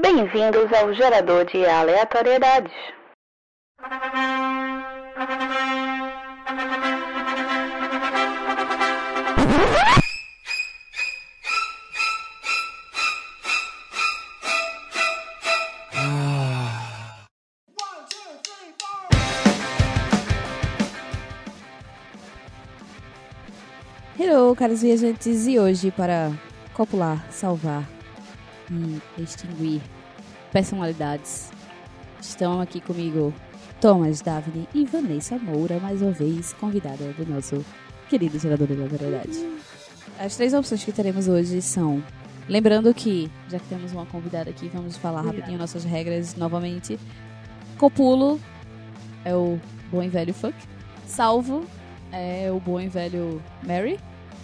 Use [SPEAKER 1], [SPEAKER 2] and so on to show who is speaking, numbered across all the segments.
[SPEAKER 1] Bem-vindos ao gerador de aleatoriedades.
[SPEAKER 2] Hello, caros viajantes, e hoje para copular, salvar e extinguir personalidades, estão aqui comigo Thomas Davine e Vanessa Moura, mais uma vez convidada do nosso querido gerador de verdade. As três opções que teremos hoje são, lembrando que, já que temos uma convidada aqui, vamos falar rapidinho nossas regras novamente. Copulo é o bom e velho fuck. Salvo é o bom e velho Mary.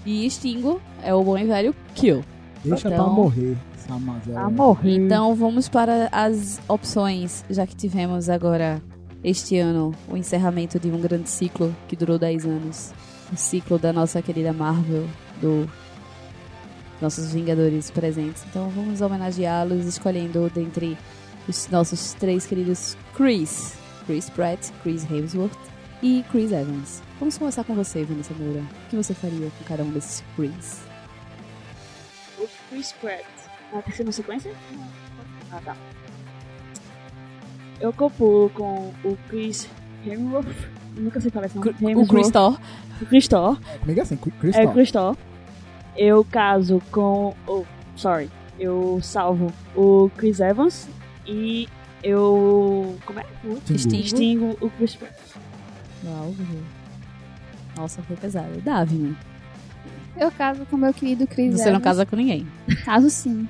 [SPEAKER 2] E extingo é o bom e velho kill.
[SPEAKER 3] Deixa
[SPEAKER 2] Então-
[SPEAKER 3] pra morrer, essa mazela.
[SPEAKER 2] Então vamos para as opções, já que tivemos agora este ano o encerramento de um grande ciclo que durou 10 anos. O ciclo da nossa querida Marvel, do nossos Vingadores presentes. Então vamos homenageá-los escolhendo dentre os nossos três queridos Chris, Chris Pratt, Chris Hemsworth e Chris Evans. Vamos começar com você, Vanessa Moura. O que você faria com cada um desses Chris?
[SPEAKER 4] O Chris Pratt. Ah, tá sendo sequência? Ah, tá. Eu copulo com o Chris Hemsworth. Eu Nunca sei falar esse nome.
[SPEAKER 2] O Chris
[SPEAKER 4] Hemsworth.
[SPEAKER 2] Thor.
[SPEAKER 4] O Chris Thor.
[SPEAKER 3] Comigo é assim, Cri-
[SPEAKER 4] É,
[SPEAKER 3] Cristão.
[SPEAKER 4] Chris Thor. Eu caso com... Oh, sorry. Eu salvo o Chris Evans. E eu... Como é?
[SPEAKER 3] Tingu.
[SPEAKER 2] Extingo.
[SPEAKER 4] Extingo o Chris Pratt.
[SPEAKER 2] Uau, Gugu. Nossa, foi pesado. Davi,
[SPEAKER 5] Eu caso com meu querido Chris
[SPEAKER 2] você não
[SPEAKER 5] Evans.
[SPEAKER 2] casa com ninguém.
[SPEAKER 5] Caso sim.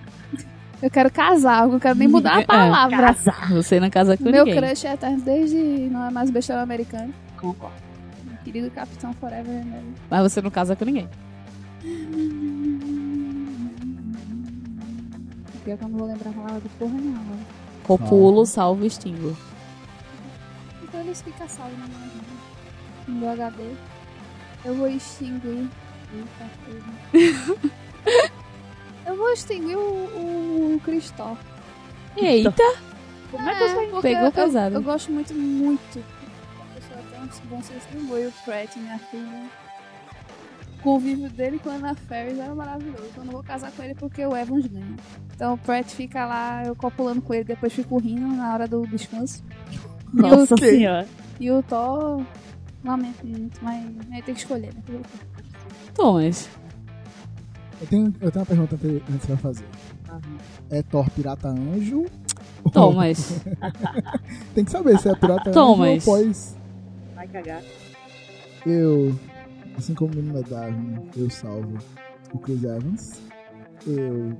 [SPEAKER 5] Eu quero casar, eu não quero nem mudar
[SPEAKER 2] É,
[SPEAKER 5] a palavra.
[SPEAKER 2] Você não casa com
[SPEAKER 5] meu
[SPEAKER 2] ninguém.
[SPEAKER 5] crush é eterno desde não é mais besteira americano.
[SPEAKER 4] Concordo.
[SPEAKER 5] Meu querido Capitão Forever é and Ever.
[SPEAKER 2] Mas você não casa com ninguém.
[SPEAKER 5] Pior que eu não vou lembrar a palavra de porra nenhuma.
[SPEAKER 2] Copulo, salvo, extingo.
[SPEAKER 5] Então eles ficam salvos na minha vida. No meu HD. Eu vou extinguir. Eita, coisa. eu vou extinguir o, o Cristóvão.
[SPEAKER 2] Eita,
[SPEAKER 4] Como é que você...
[SPEAKER 5] porque
[SPEAKER 2] pegou
[SPEAKER 5] eu-
[SPEAKER 2] casado.
[SPEAKER 5] Eu, gosto muito, muito. A pessoa tem um bom senso de humor. E o Pratt, minha filha. O convívio dele com a Ana Ferris era maravilhoso. Eu não vou casar com ele porque o Evans ganha. Então o Pratt fica lá, eu copulando com ele, depois fico rindo na hora do descanso.
[SPEAKER 4] Nossa senhora.
[SPEAKER 5] E o Thor, lamento muito, mas aí tem que escolher, né?
[SPEAKER 2] Thomas.
[SPEAKER 3] Eu tenho, eu tenho uma pergunta ante- antes pra fazer. É Thor Pirata Anjo?
[SPEAKER 2] Thomas.
[SPEAKER 3] Tem que saber se é Pirata
[SPEAKER 2] Thomas.
[SPEAKER 3] Anjo ou pós.
[SPEAKER 4] Vai cagar.
[SPEAKER 3] Eu, assim como o menino da Davi, eu salvo o Chris Evans. Eu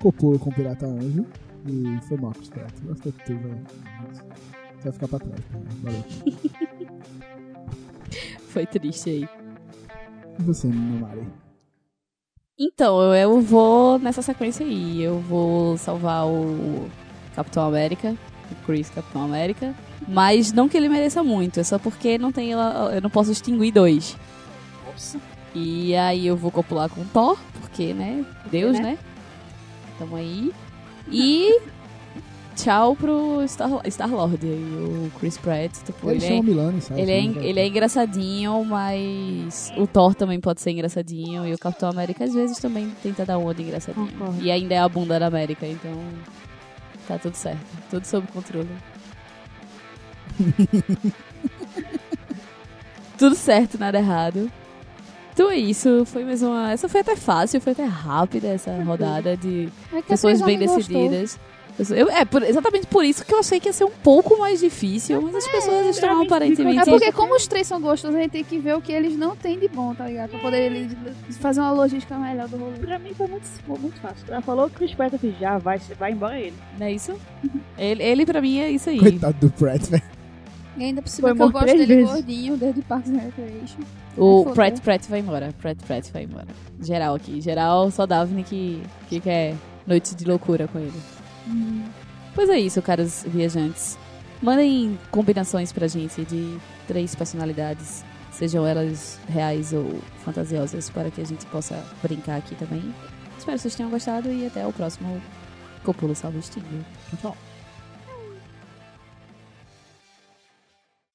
[SPEAKER 3] copulo com o Pirata Anjo. E foi mal, Chris Pratt. Gosto de tu, velho. Você vai ficar pra trás. Tá? Valeu.
[SPEAKER 2] foi triste aí.
[SPEAKER 3] E você, menino Mari?
[SPEAKER 2] Então, eu- eu vou nessa sequência aí. Eu vou salvar o Capitão América, o Chris Capitão América. Mas não que ele mereça muito, é só porque não tem, ela- eu não posso extinguir dois.
[SPEAKER 4] Nossa.
[SPEAKER 2] E aí eu vou copular com o Thor, porque, né? Deus,
[SPEAKER 4] né?
[SPEAKER 2] né? Tamo aí. E tchau pro Star, Star Lord e o Chris Pratt. Tipo,
[SPEAKER 3] Eles
[SPEAKER 2] ele,
[SPEAKER 3] chamam
[SPEAKER 2] é,
[SPEAKER 3] Milano, sabe?
[SPEAKER 2] ele, é,
[SPEAKER 3] Chamam-
[SPEAKER 2] ele é engraçadinho, mas o Thor também pode ser engraçadinho. E o Capitão América às vezes também tenta dar uma de engraçadinho.
[SPEAKER 4] Concordo.
[SPEAKER 2] E ainda é a bunda da América, então tá tudo certo. Tudo sob controle. tudo certo, nada errado. Então é isso, foi mais uma. Essa foi até fácil, foi até rápida essa rodada de
[SPEAKER 5] É que
[SPEAKER 2] pessoas
[SPEAKER 5] a
[SPEAKER 2] bem
[SPEAKER 5] Prisão gostou.
[SPEAKER 2] decididas. Eu- é por- exatamente por isso que eu achei que ia ser um pouco mais difícil, mas as pessoas
[SPEAKER 4] pra
[SPEAKER 2] estão
[SPEAKER 4] mim ficou-
[SPEAKER 2] aparentemente.
[SPEAKER 5] É porque como os três são gostosos, a gente tem que ver o que eles não têm de bom, tá ligado? Pra poder ele fazer uma logística melhor do rolê.
[SPEAKER 4] Pra mim foi muito, foi muito fácil. Ela falou que o Chris Pratt eu fiz, já vai, vai embora ele.
[SPEAKER 2] Não é isso? Ele, ele pra mim é isso aí.
[SPEAKER 3] Coitado do Pratt, velho.
[SPEAKER 5] E ainda por
[SPEAKER 4] Foi
[SPEAKER 5] cima que eu
[SPEAKER 4] morto
[SPEAKER 5] gosto
[SPEAKER 4] três
[SPEAKER 5] dele
[SPEAKER 4] vezes.
[SPEAKER 5] gordinho, desde Parks and Recreation. É
[SPEAKER 2] O
[SPEAKER 5] Vai
[SPEAKER 2] Pratt
[SPEAKER 5] foder.
[SPEAKER 2] Pratt vai embora. Pratt Pratt vai embora. Geral aqui. Geral, só Daphne que, que quer noite de loucura com ele. Pois é isso, caros viajantes. Mandem combinações pra gente de três personalidades, sejam elas reais ou fantasiosas, para que a gente possa brincar aqui também. Espero que vocês tenham gostado e até o próximo Copulo salva o Sting.
[SPEAKER 3] Tchau, tchau.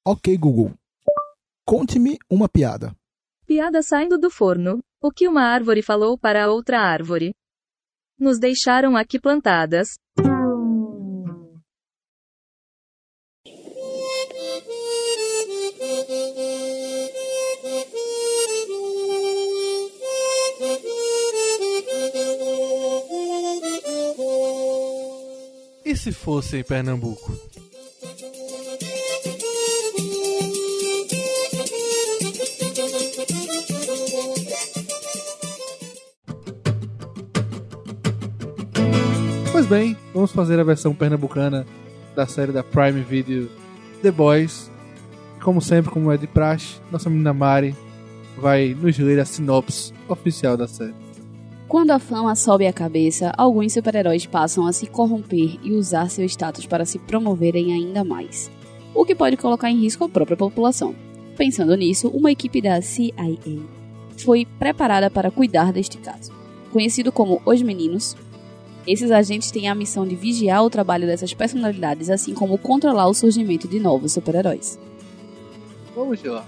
[SPEAKER 3] Ok, Google. Conte-me uma piada.
[SPEAKER 6] Piada saindo do forno. O que uma árvore falou para a outra árvore? Nos deixaram aqui plantadas.
[SPEAKER 7] E se fosse em Pernambuco? Pois bem, vamos fazer a versão pernambucana da série da Prime Video The Boys. Como sempre, como é de praxe, nossa menina Mari vai nos ler a sinopse oficial da série.
[SPEAKER 2] Quando a fama sobe a cabeça, alguns super-heróis passam a se corromper e usar seu status para se promoverem ainda mais, o que pode colocar em risco a própria população. Pensando nisso, uma equipe da CIA foi preparada para cuidar deste caso. Conhecido como Os Meninos, esses agentes têm a missão de vigiar o trabalho dessas personalidades, assim como controlar o surgimento de novos super-heróis.
[SPEAKER 7] Vamos lá.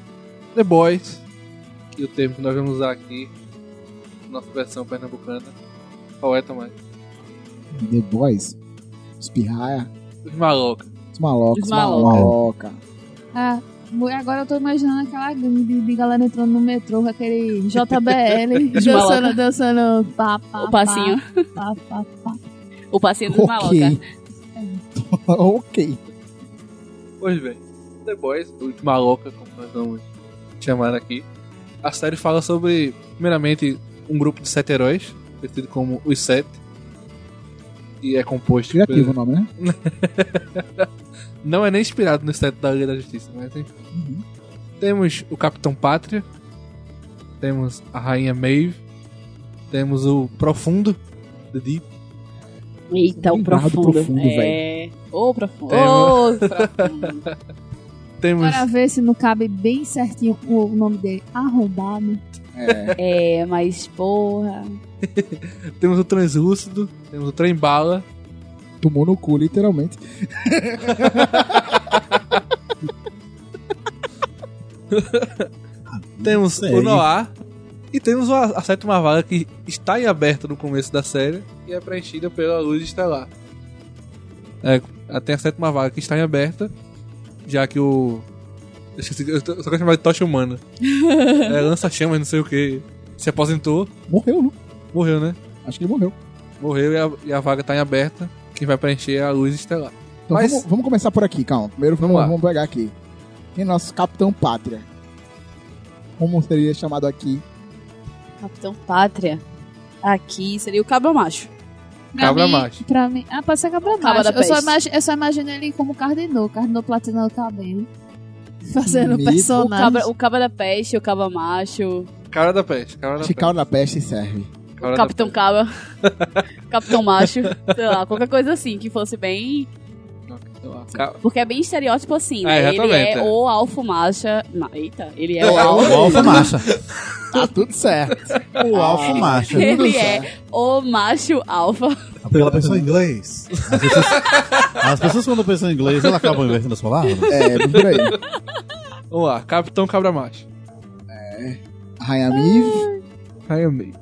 [SPEAKER 7] The Boys, que é o termo que nós vamos usar aqui, nossa versão pernambucana. Qual é, Tomás?
[SPEAKER 3] The Boys. Os pirraia.
[SPEAKER 7] Os malocas.
[SPEAKER 3] Os malocos.
[SPEAKER 2] Os
[SPEAKER 3] maloca.
[SPEAKER 5] Ah, mu- agora eu tô imaginando aquela gangue de, de galera entrando no metrô com aquele JBL dançando,
[SPEAKER 2] Maloca.
[SPEAKER 5] dançando pá, pá,
[SPEAKER 2] O passinho,
[SPEAKER 5] Pá, pá, pá.
[SPEAKER 2] o passinho dos malocas.
[SPEAKER 3] Ok. ok.
[SPEAKER 7] Pois bem, The Boys, os maloca, como nós vamos chamar aqui. A série fala sobre, primeiramente, um grupo de sete heróis, conhecido como os Sete. E é composto.
[SPEAKER 3] Criativo o nome, né?
[SPEAKER 7] por- Não é nem inspirado nos Sete da Liga da Justiça, mas enfim. Temos o Capitão Pátria. Temos a Rainha Maeve. Temos o Profundo, The Deep.
[SPEAKER 2] Eita, o
[SPEAKER 3] Lembrado
[SPEAKER 2] profundo.
[SPEAKER 3] profundo,
[SPEAKER 2] é. Ô, profundo.
[SPEAKER 7] Tem,
[SPEAKER 2] Ô, profundo.
[SPEAKER 7] Temos.
[SPEAKER 5] Bora ver se não cabe bem certinho o o nome dele. Arrombado.
[SPEAKER 3] É.
[SPEAKER 2] É, mas porra.
[SPEAKER 7] Temos o Translúcido, temos o Trem Bala,
[SPEAKER 3] Tomou no cu, literalmente.
[SPEAKER 7] temos
[SPEAKER 3] Sei.
[SPEAKER 7] o Noah e temos a, a sétima vaga que está em aberta no começo da série e é preenchida pela luz estelar. É, até a sétima vaga que está em aberta, já que o. eu Esqueci, eu tô- eu só quero chamar de Tocha Humana. é, Lança-chamas, não sei o que. Se aposentou,
[SPEAKER 3] Morreu, não?
[SPEAKER 7] morreu, né?
[SPEAKER 3] Acho que ele morreu.
[SPEAKER 7] Morreu e a, e a vaga está em aberta. Quem vai preencher é a luz estelar.
[SPEAKER 3] Então
[SPEAKER 7] Mas-
[SPEAKER 3] vamos, vamos começar por aqui, calma. Primeiro
[SPEAKER 7] Vamos
[SPEAKER 3] vamos,
[SPEAKER 7] lá.
[SPEAKER 3] vamos pegar aqui. Quem é nosso Capitão Pátria? Como seria chamado aqui?
[SPEAKER 2] Capitão Pátria. Aqui seria o Cabra Macho.
[SPEAKER 5] Pra
[SPEAKER 7] Cabra
[SPEAKER 5] mim-
[SPEAKER 7] macho.
[SPEAKER 5] Pra mim. Ah, pode ser cabra
[SPEAKER 2] Cabra
[SPEAKER 5] macho.
[SPEAKER 2] da
[SPEAKER 5] Eu só,
[SPEAKER 2] peste.
[SPEAKER 5] imagi- eu só imagino ele como Cardinô. Cardinô platinando o cabelo. Fazendo
[SPEAKER 3] Mico.
[SPEAKER 2] O
[SPEAKER 5] personagem.
[SPEAKER 2] cabra, o cabra da Peste, o Cabra Macho.
[SPEAKER 7] Cara da peste, cara da
[SPEAKER 3] Acho que
[SPEAKER 7] peste.
[SPEAKER 3] Caldo da Peste serve.
[SPEAKER 7] Cara da
[SPEAKER 2] Capitão
[SPEAKER 7] peste.
[SPEAKER 2] Cabra. Capitão Macho. Sei lá, qualquer coisa assim, que fosse bem.
[SPEAKER 7] Sei lá, ca-
[SPEAKER 2] Porque é bem estereótipo assim,
[SPEAKER 7] É,
[SPEAKER 2] né? ele é
[SPEAKER 7] exatamente, é.
[SPEAKER 2] o Alfa Macha. Ma- Eita, ele é
[SPEAKER 7] É,
[SPEAKER 2] o
[SPEAKER 7] o
[SPEAKER 2] Alfa.
[SPEAKER 8] O Alfa Macha.
[SPEAKER 3] Tá tudo certo.
[SPEAKER 8] O Alfa Macha.
[SPEAKER 2] Ele é o macho alfa.
[SPEAKER 8] Porque ela pensou em inglês. As pessoas, as pessoas quando pensam em inglês, elas acabam invertendo as palavras.
[SPEAKER 3] É, por aí.
[SPEAKER 7] Vamos lá, Capitão Cabra Macho.
[SPEAKER 3] Rainha Mive.
[SPEAKER 7] Rainha Maeve.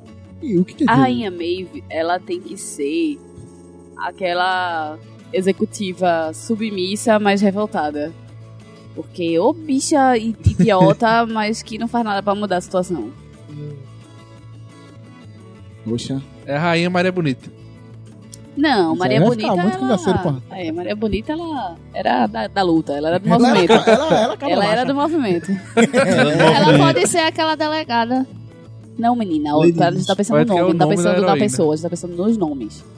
[SPEAKER 3] E o que que é
[SPEAKER 2] A
[SPEAKER 3] de-
[SPEAKER 2] rainha Maeve, ela tem que ser aquela executiva submissa, mas revoltada. Porque ô bicha i- idiota, mas que não faz nada pra mudar a situação.
[SPEAKER 3] Poxa.
[SPEAKER 7] É a rainha Maria Bonita.
[SPEAKER 2] Não,
[SPEAKER 3] Isso
[SPEAKER 2] Maria
[SPEAKER 3] aí vai
[SPEAKER 2] Bonita,
[SPEAKER 3] ficar muito
[SPEAKER 2] ela...
[SPEAKER 3] cangaceiro, porra.
[SPEAKER 2] É, Maria Bonita, ela era da, da luta, ela era do
[SPEAKER 3] Ela era,
[SPEAKER 2] movimento.
[SPEAKER 3] ca- ela era Cabra
[SPEAKER 2] Ela era
[SPEAKER 3] Macha.
[SPEAKER 2] do movimento.
[SPEAKER 5] Ela pode ser aquela delegada.
[SPEAKER 2] Não, menina,
[SPEAKER 8] Lady
[SPEAKER 2] outra- a gente tá pensando no
[SPEAKER 7] Vai ter
[SPEAKER 2] nome,
[SPEAKER 7] o
[SPEAKER 2] não tá
[SPEAKER 7] nome da
[SPEAKER 2] pensando na
[SPEAKER 7] heroína.
[SPEAKER 2] pessoa, a gente tá pensando nos nomes.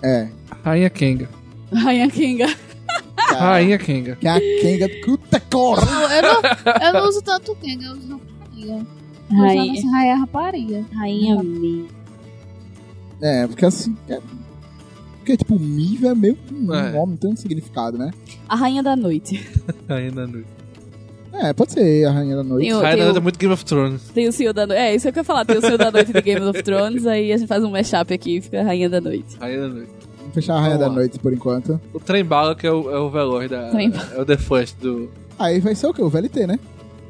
[SPEAKER 3] É.
[SPEAKER 7] Rainha Kenga.
[SPEAKER 2] Rainha Kinga. Ah.
[SPEAKER 3] Cara,
[SPEAKER 7] Rainha Kenga.
[SPEAKER 3] que é a Kenga do Cutecor.
[SPEAKER 5] Eu não, eu não uso tanto Kenga, eu uso rapariga.
[SPEAKER 2] Rainha-
[SPEAKER 5] Rainha. Rainha rapariga.
[SPEAKER 2] Rainha Maeve.
[SPEAKER 3] É, porque assim. É... Porque, tipo, Mive é meio que um
[SPEAKER 7] É.
[SPEAKER 3] nome, tem um significado, né?
[SPEAKER 2] A Rainha da Noite.
[SPEAKER 7] Rainha da Noite.
[SPEAKER 3] É, pode ser a Rainha da Noite.
[SPEAKER 2] Tem o,
[SPEAKER 7] Rainha
[SPEAKER 2] tem
[SPEAKER 7] da
[SPEAKER 2] o-
[SPEAKER 7] Noite é muito Game of Thrones.
[SPEAKER 2] Tem o Senhor da Noite. É, isso é o que eu ia falar. Tem o Senhor da Noite de Game of Thrones, aí a gente faz um mashup aqui e fica a Rainha da Noite.
[SPEAKER 7] Rainha da Noite.
[SPEAKER 3] Vamos fechar a raia
[SPEAKER 7] Vamos
[SPEAKER 3] da
[SPEAKER 7] lá.
[SPEAKER 3] noite por enquanto.
[SPEAKER 7] O trem bala que é o, é o veloz da.
[SPEAKER 9] Trem-bala.
[SPEAKER 7] É o The First do.
[SPEAKER 3] Aí vai ser o quê? O VLT, né?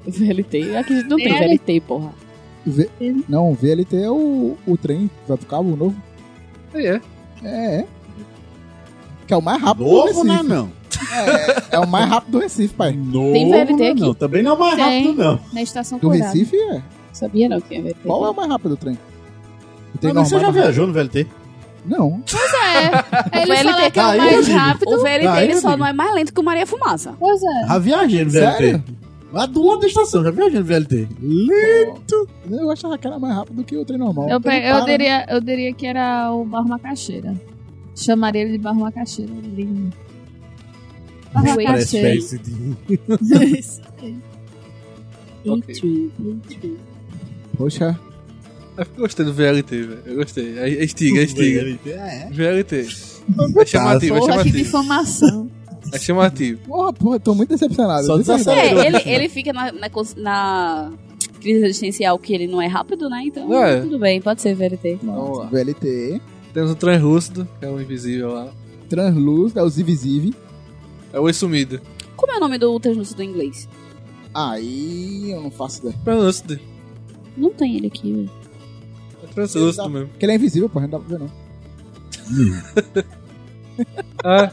[SPEAKER 9] VLT. Aqui a gente não tem VLT, porra.
[SPEAKER 3] V... Não, o VLT é o, o trem vai pro cabo, o novo.
[SPEAKER 7] Aí é.
[SPEAKER 3] É, é. Que é o mais rápido do
[SPEAKER 8] Novo,
[SPEAKER 3] Recife.
[SPEAKER 8] né, não?
[SPEAKER 3] É, é o mais rápido do Recife, pai.
[SPEAKER 5] Hum.
[SPEAKER 8] Novo,
[SPEAKER 9] Tem VLT
[SPEAKER 8] né,
[SPEAKER 9] aqui?
[SPEAKER 8] Não, também não é mais
[SPEAKER 9] Tem.
[SPEAKER 8] rápido, não.
[SPEAKER 5] Na estação
[SPEAKER 3] Do
[SPEAKER 5] Cuidado.
[SPEAKER 3] Recife é.
[SPEAKER 9] Sabia não que tinha VLT.
[SPEAKER 3] Qual é o mais rápido do trem? O é
[SPEAKER 8] Não, mas você já
[SPEAKER 3] mais rápido?
[SPEAKER 8] viajou no VLT?
[SPEAKER 3] Não.
[SPEAKER 2] É, ele
[SPEAKER 9] O VLT
[SPEAKER 2] fala que é
[SPEAKER 8] tá
[SPEAKER 3] Ah,
[SPEAKER 2] o
[SPEAKER 8] aí,
[SPEAKER 2] mais
[SPEAKER 8] amigo.
[SPEAKER 2] rápido, o VLT
[SPEAKER 8] Tá aí,
[SPEAKER 2] ele só
[SPEAKER 8] amigo.
[SPEAKER 2] não é mais lento que o Maria Fumaça.
[SPEAKER 5] Pois é.
[SPEAKER 8] Já viajei no VLT.
[SPEAKER 3] Sério?
[SPEAKER 8] Lá do lado da estação, já viajei no VLT.
[SPEAKER 3] Lento! Eu achava que era mais rápido que o trem normal.
[SPEAKER 5] Eu,
[SPEAKER 3] Então
[SPEAKER 5] pe-
[SPEAKER 3] não
[SPEAKER 5] eu,
[SPEAKER 3] para, né?
[SPEAKER 5] diria, eu diria que era o Bar Macaxeira. Chamaria ele de Bar Macaxeira. Lindo. Bar
[SPEAKER 8] Parece
[SPEAKER 5] Macaxeira.
[SPEAKER 8] festa de-
[SPEAKER 5] Isso.
[SPEAKER 7] Ok.
[SPEAKER 3] Poxa,
[SPEAKER 7] Eu gostei do VLT, velho. Eu gostei. É é estiga, é estiga.
[SPEAKER 8] VLT, é.
[SPEAKER 7] VLT.
[SPEAKER 2] Tá,
[SPEAKER 7] É chamativo, é
[SPEAKER 5] Porra, que
[SPEAKER 7] chamativo.
[SPEAKER 5] difamação.
[SPEAKER 7] É chamativo.
[SPEAKER 3] porra, porra, eu tô muito decepcionado.
[SPEAKER 8] Só
[SPEAKER 3] de verdade.
[SPEAKER 8] desacelera.
[SPEAKER 2] É, ele, ele fica na, na cons- na crise existencial que ele não é rápido, né? Então,
[SPEAKER 7] É.
[SPEAKER 2] tudo bem, pode ser VLT.
[SPEAKER 7] Vamos lá.
[SPEAKER 3] VLT,
[SPEAKER 7] Temos o Translúcido, que é o invisível lá.
[SPEAKER 3] Transluz, é o Zivizive.
[SPEAKER 7] É o Oi Sumido.
[SPEAKER 2] Como é o nome do transmúcio do inglês?
[SPEAKER 3] Aí eu não faço
[SPEAKER 7] É
[SPEAKER 3] ideia.
[SPEAKER 7] Translúcido.
[SPEAKER 2] Não tem ele aqui, velho.
[SPEAKER 7] É translúcido mesmo.
[SPEAKER 3] Porque ele é invisível, porra, não dá pra ver não.
[SPEAKER 7] Ah,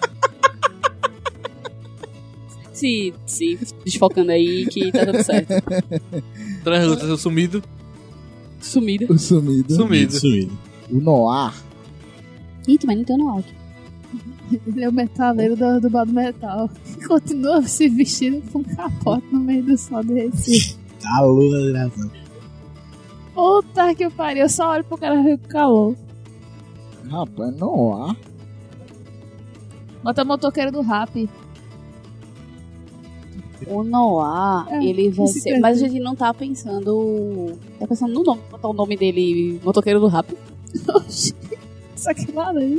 [SPEAKER 2] Se, se desfocando aí que tá dando certo.
[SPEAKER 7] translúcido, é o sumido.
[SPEAKER 2] Sumida.
[SPEAKER 3] O sumido.
[SPEAKER 7] Sumido.
[SPEAKER 8] Sumido.
[SPEAKER 3] O Noir.
[SPEAKER 2] Eita, mas não tem o Noah aqui.
[SPEAKER 5] Ele é o metaleiro do, do bar do metal. Continua se vestindo com um capote no meio do sol do Recife.
[SPEAKER 8] Calor da graça.
[SPEAKER 5] Puta que pariu. Eu só olho pro cara ver o calor.
[SPEAKER 3] Rapaz, Noir.
[SPEAKER 5] Bota motoqueiro do rap.
[SPEAKER 2] O Noah,
[SPEAKER 5] É,
[SPEAKER 2] ele vai
[SPEAKER 5] esse
[SPEAKER 2] ser.
[SPEAKER 5] cara.
[SPEAKER 2] Mas a gente não tá pensando. Tá pensando no nome, botar o nome dele, motoqueiro do rap.
[SPEAKER 5] Sacanagem.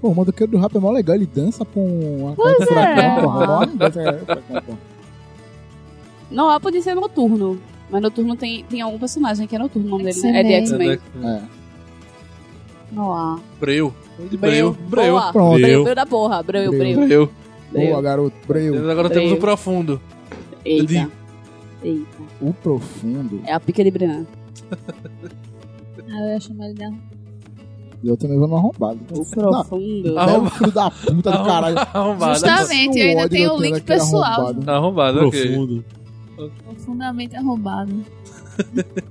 [SPEAKER 3] Pô, o motoqueiro do rap é mó legal, ele dança com um a pois
[SPEAKER 5] é.
[SPEAKER 2] Noah podia ser noturno. Mas noturno tem, tem algum personagem que é noturno, o nome dele né? é de
[SPEAKER 5] X-Men.
[SPEAKER 2] X-Men.
[SPEAKER 3] É.
[SPEAKER 2] Noah.
[SPEAKER 7] Breu. De Breu. Breu.
[SPEAKER 2] Boa.
[SPEAKER 3] Pronto.
[SPEAKER 2] Breu, Breu da porra. Breu,
[SPEAKER 3] Breu.
[SPEAKER 2] Breu.
[SPEAKER 7] Breu.
[SPEAKER 3] Boa, garoto. Breu.
[SPEAKER 7] Agora temos
[SPEAKER 2] Breu.
[SPEAKER 7] o profundo.
[SPEAKER 2] Eita.
[SPEAKER 7] Entendi.
[SPEAKER 2] Eita.
[SPEAKER 3] O profundo.
[SPEAKER 2] É a pica de Brenan.
[SPEAKER 5] Ah, eu ia chamar ele de arrombado.
[SPEAKER 3] Eu também vou no arrombado.
[SPEAKER 2] O profundo.
[SPEAKER 3] Não, é o filho da puta do caralho.
[SPEAKER 7] Arrombado.
[SPEAKER 5] Justamente, eu
[SPEAKER 3] O
[SPEAKER 5] ainda
[SPEAKER 3] ódio
[SPEAKER 5] tenho o
[SPEAKER 3] que eu
[SPEAKER 5] link
[SPEAKER 3] tenho daquele
[SPEAKER 5] pessoal.
[SPEAKER 3] arrombado.
[SPEAKER 7] Arrombado, ok.
[SPEAKER 8] Profundo.
[SPEAKER 5] Profundamente arrombado.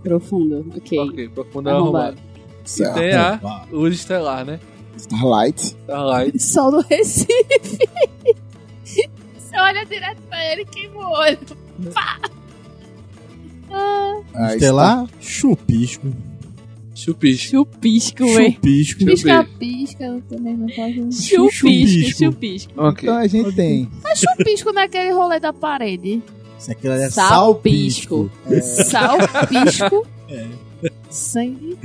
[SPEAKER 2] Profundo. Ok.
[SPEAKER 7] Ok, profundo é arrombado. E tem a
[SPEAKER 8] Opa.
[SPEAKER 7] luz estelar, né? Tá
[SPEAKER 3] Starlight.
[SPEAKER 7] Starlight.
[SPEAKER 5] Sol do Recife. Você olha direto pra ele e queima o olho.
[SPEAKER 3] Ah,
[SPEAKER 8] Estelar, é chupisco.
[SPEAKER 7] Chupisco.
[SPEAKER 2] Chupisco, velho.
[SPEAKER 8] Chupisco.
[SPEAKER 5] Pisca-pisca também não pode.
[SPEAKER 2] Chupisco,
[SPEAKER 8] Chupisco.
[SPEAKER 2] chupisco.
[SPEAKER 7] Ok.
[SPEAKER 3] Então a gente tem
[SPEAKER 5] Mas chupisco naquele rolê da parede.
[SPEAKER 8] Isso aqui é
[SPEAKER 2] Salpisco.
[SPEAKER 8] salpisco.
[SPEAKER 5] Sal, pisco.
[SPEAKER 7] É.
[SPEAKER 5] Sangue.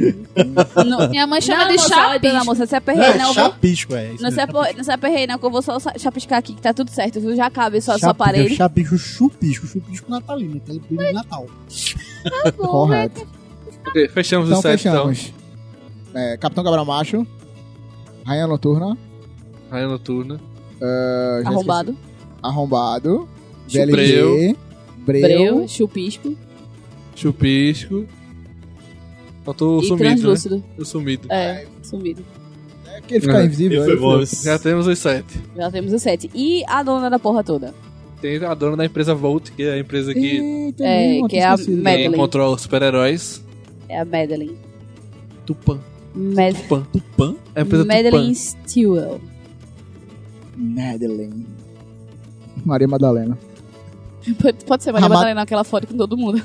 [SPEAKER 2] Não,
[SPEAKER 5] Minha mãe chama
[SPEAKER 2] não,
[SPEAKER 5] de
[SPEAKER 2] moça, olha, dona
[SPEAKER 5] chapisco.
[SPEAKER 2] moça, você
[SPEAKER 8] Não,
[SPEAKER 2] aperreia,
[SPEAKER 8] é
[SPEAKER 2] não. eu vou-
[SPEAKER 8] chapisco, é. isso
[SPEAKER 2] Não se,
[SPEAKER 8] mesmo.
[SPEAKER 2] apo- não se aperreia, não, que eu vou só sa- chapiscar aqui que tá tudo certo, viu? Já cabe só sua
[SPEAKER 8] Chapisco,
[SPEAKER 2] parede.
[SPEAKER 8] Chapisco, chupisco, chupisco natalino, aquele brilho de Natal.
[SPEAKER 5] Tá
[SPEAKER 7] Tá
[SPEAKER 5] né?
[SPEAKER 3] correto.
[SPEAKER 7] Ok, fechamos
[SPEAKER 3] Então
[SPEAKER 7] o set, então.
[SPEAKER 3] fechamos. É, Capitão Cabra Macho. Rainha Noturna.
[SPEAKER 7] Raia noturna.
[SPEAKER 3] ah, já
[SPEAKER 2] Arrombado.
[SPEAKER 3] esqueci. Arrombado. VLT.
[SPEAKER 7] Breu.
[SPEAKER 3] Breu.
[SPEAKER 2] Breu, chupisco
[SPEAKER 7] Chupisco. Faltou o
[SPEAKER 2] e
[SPEAKER 7] sumido, né?
[SPEAKER 2] translúcido.
[SPEAKER 7] O sumido.
[SPEAKER 2] É, sumido.
[SPEAKER 3] É que ele fica
[SPEAKER 7] É.
[SPEAKER 3] invisível. ele fica-
[SPEAKER 7] Já temos os sete.
[SPEAKER 2] Já temos o sete. E a dona da porra toda.
[SPEAKER 7] Tem a dona da empresa Volt, que é a empresa que
[SPEAKER 3] Ih, tem
[SPEAKER 2] É,
[SPEAKER 3] mesmo,
[SPEAKER 2] que
[SPEAKER 3] eu
[SPEAKER 2] é a
[SPEAKER 3] esqueci.
[SPEAKER 2] Med- Madeline.
[SPEAKER 7] quem controla os super-heróis.
[SPEAKER 2] É a Madeline.
[SPEAKER 7] Tupan.
[SPEAKER 2] Mad
[SPEAKER 7] Tupan.
[SPEAKER 8] Tupã.
[SPEAKER 7] É a empresa
[SPEAKER 2] Madeline Stewart.
[SPEAKER 3] Madeline. Maria Madalena.
[SPEAKER 2] Pode, pode ser Maria
[SPEAKER 3] A Ma-
[SPEAKER 2] Madalena, aquela foto com todo mundo.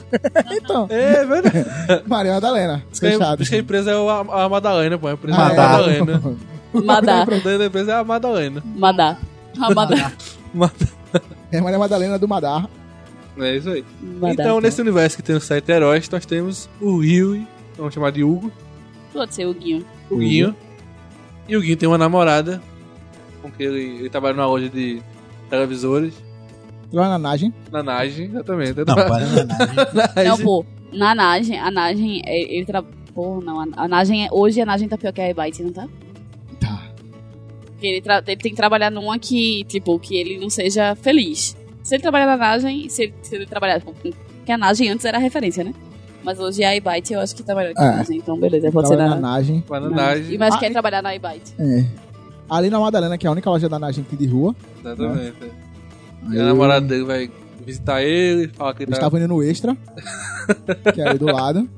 [SPEAKER 3] Então,
[SPEAKER 7] Tupan. É, verdade.
[SPEAKER 3] Maria Madalena.
[SPEAKER 7] É,
[SPEAKER 3] Fechado. Ah,
[SPEAKER 7] Por isso que a empresa é o- a, a Madalena, pô. A empresa é a
[SPEAKER 8] Madá.
[SPEAKER 7] Madalena.
[SPEAKER 2] Madá.
[SPEAKER 7] O nome da empresa é a Madalena.
[SPEAKER 2] Madá. A Madá.
[SPEAKER 3] É Maria Madalena do Madar.
[SPEAKER 7] É isso aí.
[SPEAKER 2] Madá.
[SPEAKER 7] então, nesse universo que tem os sete heróis, nós temos o Rio, vamos chamar de Hugo,
[SPEAKER 2] Pode ser o Guinho.
[SPEAKER 7] o Guinho. E o Guinho tem uma namorada, com que ele, ele trabalha numa loja de televisores,
[SPEAKER 3] Lá na Nagem.
[SPEAKER 7] na Nage, exatamente.
[SPEAKER 8] Não, para nada.
[SPEAKER 7] Nage.
[SPEAKER 2] Não, pô. Na Nagem, a Nagem, é- ele tra... Pô, não. A, a Nagem, é- hoje a Nagem tá pior que a Ebite, não tá?
[SPEAKER 3] Tá.
[SPEAKER 2] Porque Porque ele, tra- ele tem que trabalhar numa que, tipo, que ele não seja feliz. Se ele trabalhar na Nagem, se ele, se ele trabalhar com. Porque a Nagem antes era a referência, né? Mas hoje é a iBite eu acho que tá melhor que a
[SPEAKER 3] É.
[SPEAKER 2] Nagem, então beleza, pode ser
[SPEAKER 3] Trabalha
[SPEAKER 2] na
[SPEAKER 3] na Nagem.
[SPEAKER 7] Bananagem.
[SPEAKER 2] E mas
[SPEAKER 3] Ah,
[SPEAKER 2] quer trabalhar na iBite.
[SPEAKER 3] É. Ali na Madalena, que é a única loja da Nagem que tem de rua.
[SPEAKER 7] Exatamente. E
[SPEAKER 3] Eu-
[SPEAKER 7] a namorada dele vai visitar ele, fala que
[SPEAKER 3] Eu
[SPEAKER 7] tá.
[SPEAKER 3] estava indo no Extra, que é ali do lado.